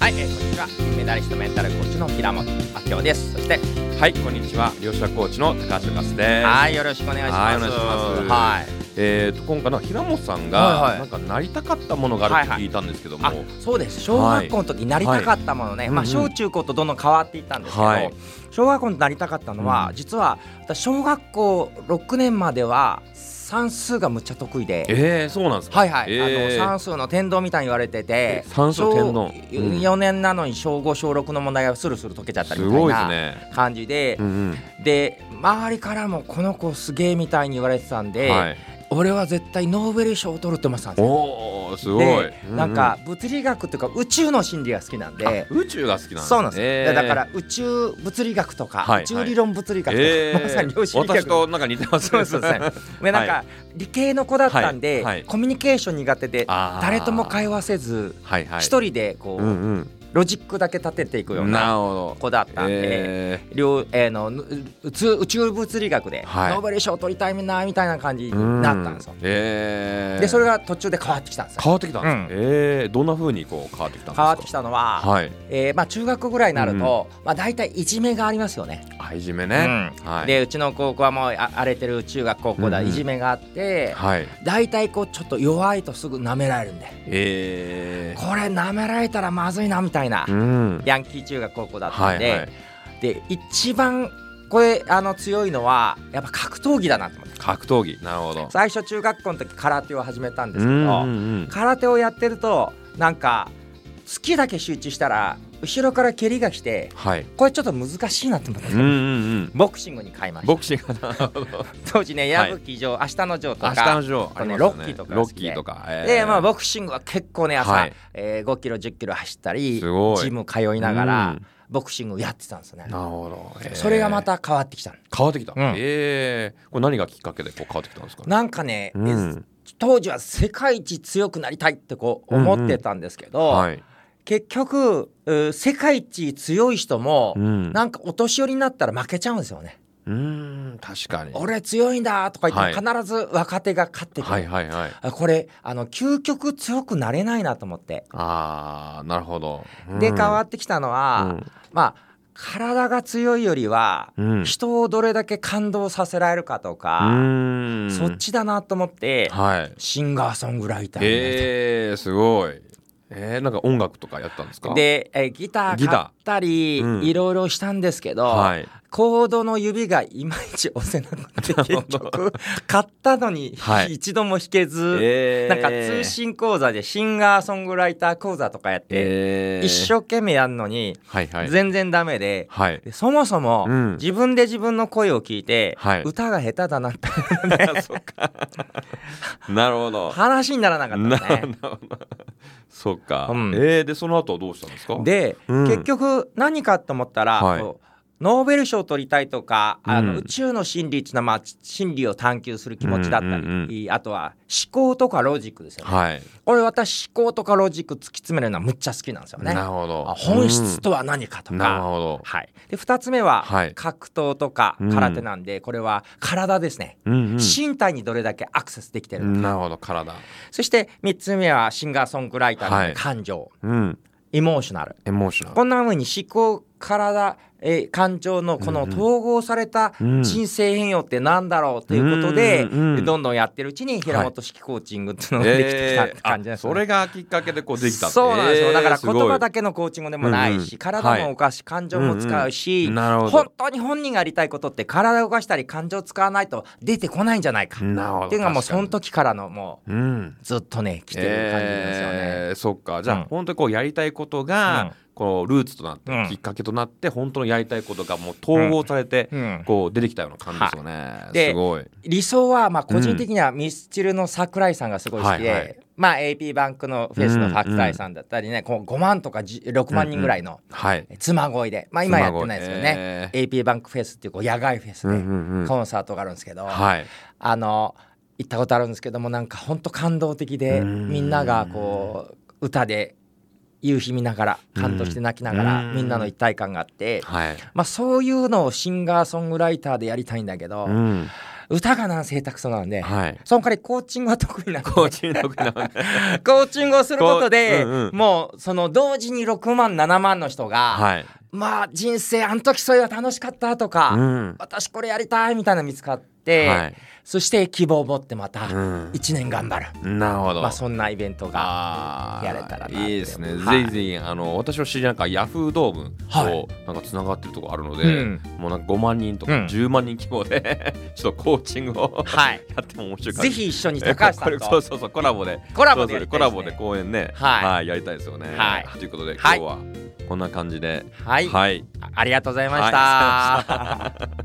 はい、えーこんにちは金メダリストメンタルコーチの平本明夫ですそしてはい、こんにちは。両者コーチの高橋勝です。はいよろしくお願いしますはいお願いしますはいえーと今回の平本さんが、はいはいなんかなりたかったものがあると聞いたんですけども、あそうです小学校の時になりたかったものね、いまあ、うんうん小中高とどんどん変わっていったんですけど、はい小学校になりたかったのは、う実は私小学校6年までは算数がむっちゃ得意で。えー、そうなんですか。はいはい、えーあの算数の天童みたいに言われててえ算数天童小うん4年なのに小5小6の問題がスルスル解けちゃったりすみたいごいですなね。感じでう、んで周りからもこの子すげえみたいに言われてたんうで、ん。はい。俺は絶対ノーベル賞を取るって思ってたんですよ。おお、すごい。でううなんか物理学というか宇宙の心理が好きなんであ宇宙が好きなんです、ね。そうなんです、えーだから宇宙物理学とか、はいはい宇宙理論物理学とか、え ー、まさに量子力学私となんか似てますそね。うそうそうでなんか、は理系の子だったんで、はいはいコミュニケーション苦手であー誰とも会話せずはいはい。一、人でこう、うんロジックだけ立てていくう。ようんなるなほど。子だったんで。え両えーの宇宙宇宙物理学で、はいノーベル賞を取りたいなみたいな感じにーうんなったんですよ。えー、でそれが途中で変わってきたんですよ。変わってきたんですか。うんえー、どんな風にこう変わってきたんですか。変わってきたのは、はい。えーまあ、中学ぐらいになると、まあ、大体いじめがありますよね。あいじめね。うはい。でうちの高校はもうあ荒れてる中学高校だ、うんうんいじめがあって、はい。大体こうちょっと弱いとすぐ舐められるんでえこれ舐められたらまずいなみたいな、うん。ヤンキー中学高校だったはんいで、はい。で一番これあの強いのはやっぱ格闘技だなと思って格闘技。なるほど。最初中学校の時空手を始めたんでうすんけど、うん空手をやってるとなんか突きだけ集中したら後ろから蹴りが来てはい。これちょっと難しいなと思って、うんうん うん。ボクシングに変えましボたクシングなるほど。当時ねはい矢吹城、明日の城と明日のかジョーとありねますよね。ロッキーとかロッキーとか。えーで、まあ、ボクシングは結構ね朝、はいえー5キロ1 0キロ走ったりすごいジム通いながら、うんボクシングやってたんですよねなるほど。えーそれがま。た変わってきたの変わってきた。うんええ。これ何がきっかけでこう変わってきたんですか。なんかね、うんえー当時は世界一強くなりたいってこう思ってたんですけど、はい。結局うー世界一強い人も、うん。なんかお年寄りになったら負けちゃうんですよね。うん。確かに。俺強いんだとか言っては必ず若手が勝ってくる、はいはいはい。あこれあの究極強くなれないなと思ってああ、なるほど。で変わっってきたのは、まあ体が強いよりは、うん。人をどれだけ感動させられるかとか、うん。そっちだなと思って、はい。シンガーソングライターになりたいえー、すごい。えー、なんか音楽とかやったんですかで、えーギターギター買ったりうんいろいろしたんですけど、はい。コードの指がいまいち押せなくて結局買ったのにはい一度も弾けず、えなんか通信講座でシンガーソングライター講座とかやって、えー一生懸命やるのにはいはい。全然ダメで。はい。でそもそも、うん自分で自分の声を聞いて、はい歌が下手だなってそっか。 なるほど。話にならなかっなたでするね。ほど。 そっか。うんえー、で、その後はどうしたんですかで、うん結局何かと思ったら、はいこうノーベル賞を取りたいとか、あうのん宇宙の真理っていうのは、まあ、真理を探求する気持ちだったり、うんうんあとは思考とかロジックですよね。はい。俺私思考とかロジック突き詰めるのはむっちゃ好きなんですよね。なるほどあ。本質とは何かとうんなるか、ほど。はい、で2つ目ははい格闘とかうん空手なんで、これは体ですね、うん身体にどれだけアクセスできてうるのか、ん。なるほど、体。そして3つ目はシンガーソングライターはのい感情、うん。エモーショナルエモーショナル。こんな風に思考体、えー感情のこのうんうん統合されたうん人生変容ってなんだろうということで、うんうんうんどんどんやってるうちに平本式コーチングっていうのができてきたって感じでえーあすねそれがきっかけでこうできたってそうなんですよ、えーだから言葉すだけのコーチングでもないし、うんうん体も動かし、感情も使うし、ごいなるほ本ど当に本人がやりたいことって体を動かしたり感情を使わないと出てこないんじゃないかっなるほどていうのがもう確かそにの時からのもうんうずっとね来てる感じなんですよね。えーそっかじゃあ、うん本当にこうやりたいことうんが、こうルーツとなって、うんきっかけとなって本当のやりたいことがもう統合されて、うんこう出てきたような感じですよね、ですごい理想はまあ個人的にはミスチルの桜井さんがすごい好きで、はいはいまあ AP バンクのフェスの桜井さんだったりね、こう5万とか10 6万人ぐらいのはい妻恋で、まあ今やってないですよね、ね AP バンクフェスっていうこう野外フェスうんうでんうんコンサートがあるんですけど、はいあの行ったことあるんですけどもなんか本当感動的でうんみんながこう歌で夕日見ながら感動して泣きながらうんみんなの一体感があって、はい、まあ、そういうのをシンガーソングライターでやりたいんだけど。うん歌がなんせ下手くそなんで、 はい。その代わりコーチングは得意なんでコーチングなので。コーチングをすることで、こううんうんもうその同時に6万7万の人が、はい。まあ人生あの時そういうの楽しかったとか、うん。私これやりたいみたいなの見つかって、はい。そして希望を持ってまたうん1年頑張る、なるほど。まあそんなイベントがあーやれたらなっていいですね、はいぜひぜひあの私の知り合いなんかヤフードームはいとなんかつながってるとこあるので、うんもうなんか5万人とうかん10万人規模で ちょっとコーチングをはいやっても面白いかもぜひ一緒に高橋さん えこれそうとそうそうコラボでコラボでやそうりたそうコいでラすボでね公演ねはいやりたいですよねはいということで今はい日はこんな感じではい、はいありがとうございました、はいありがとうございました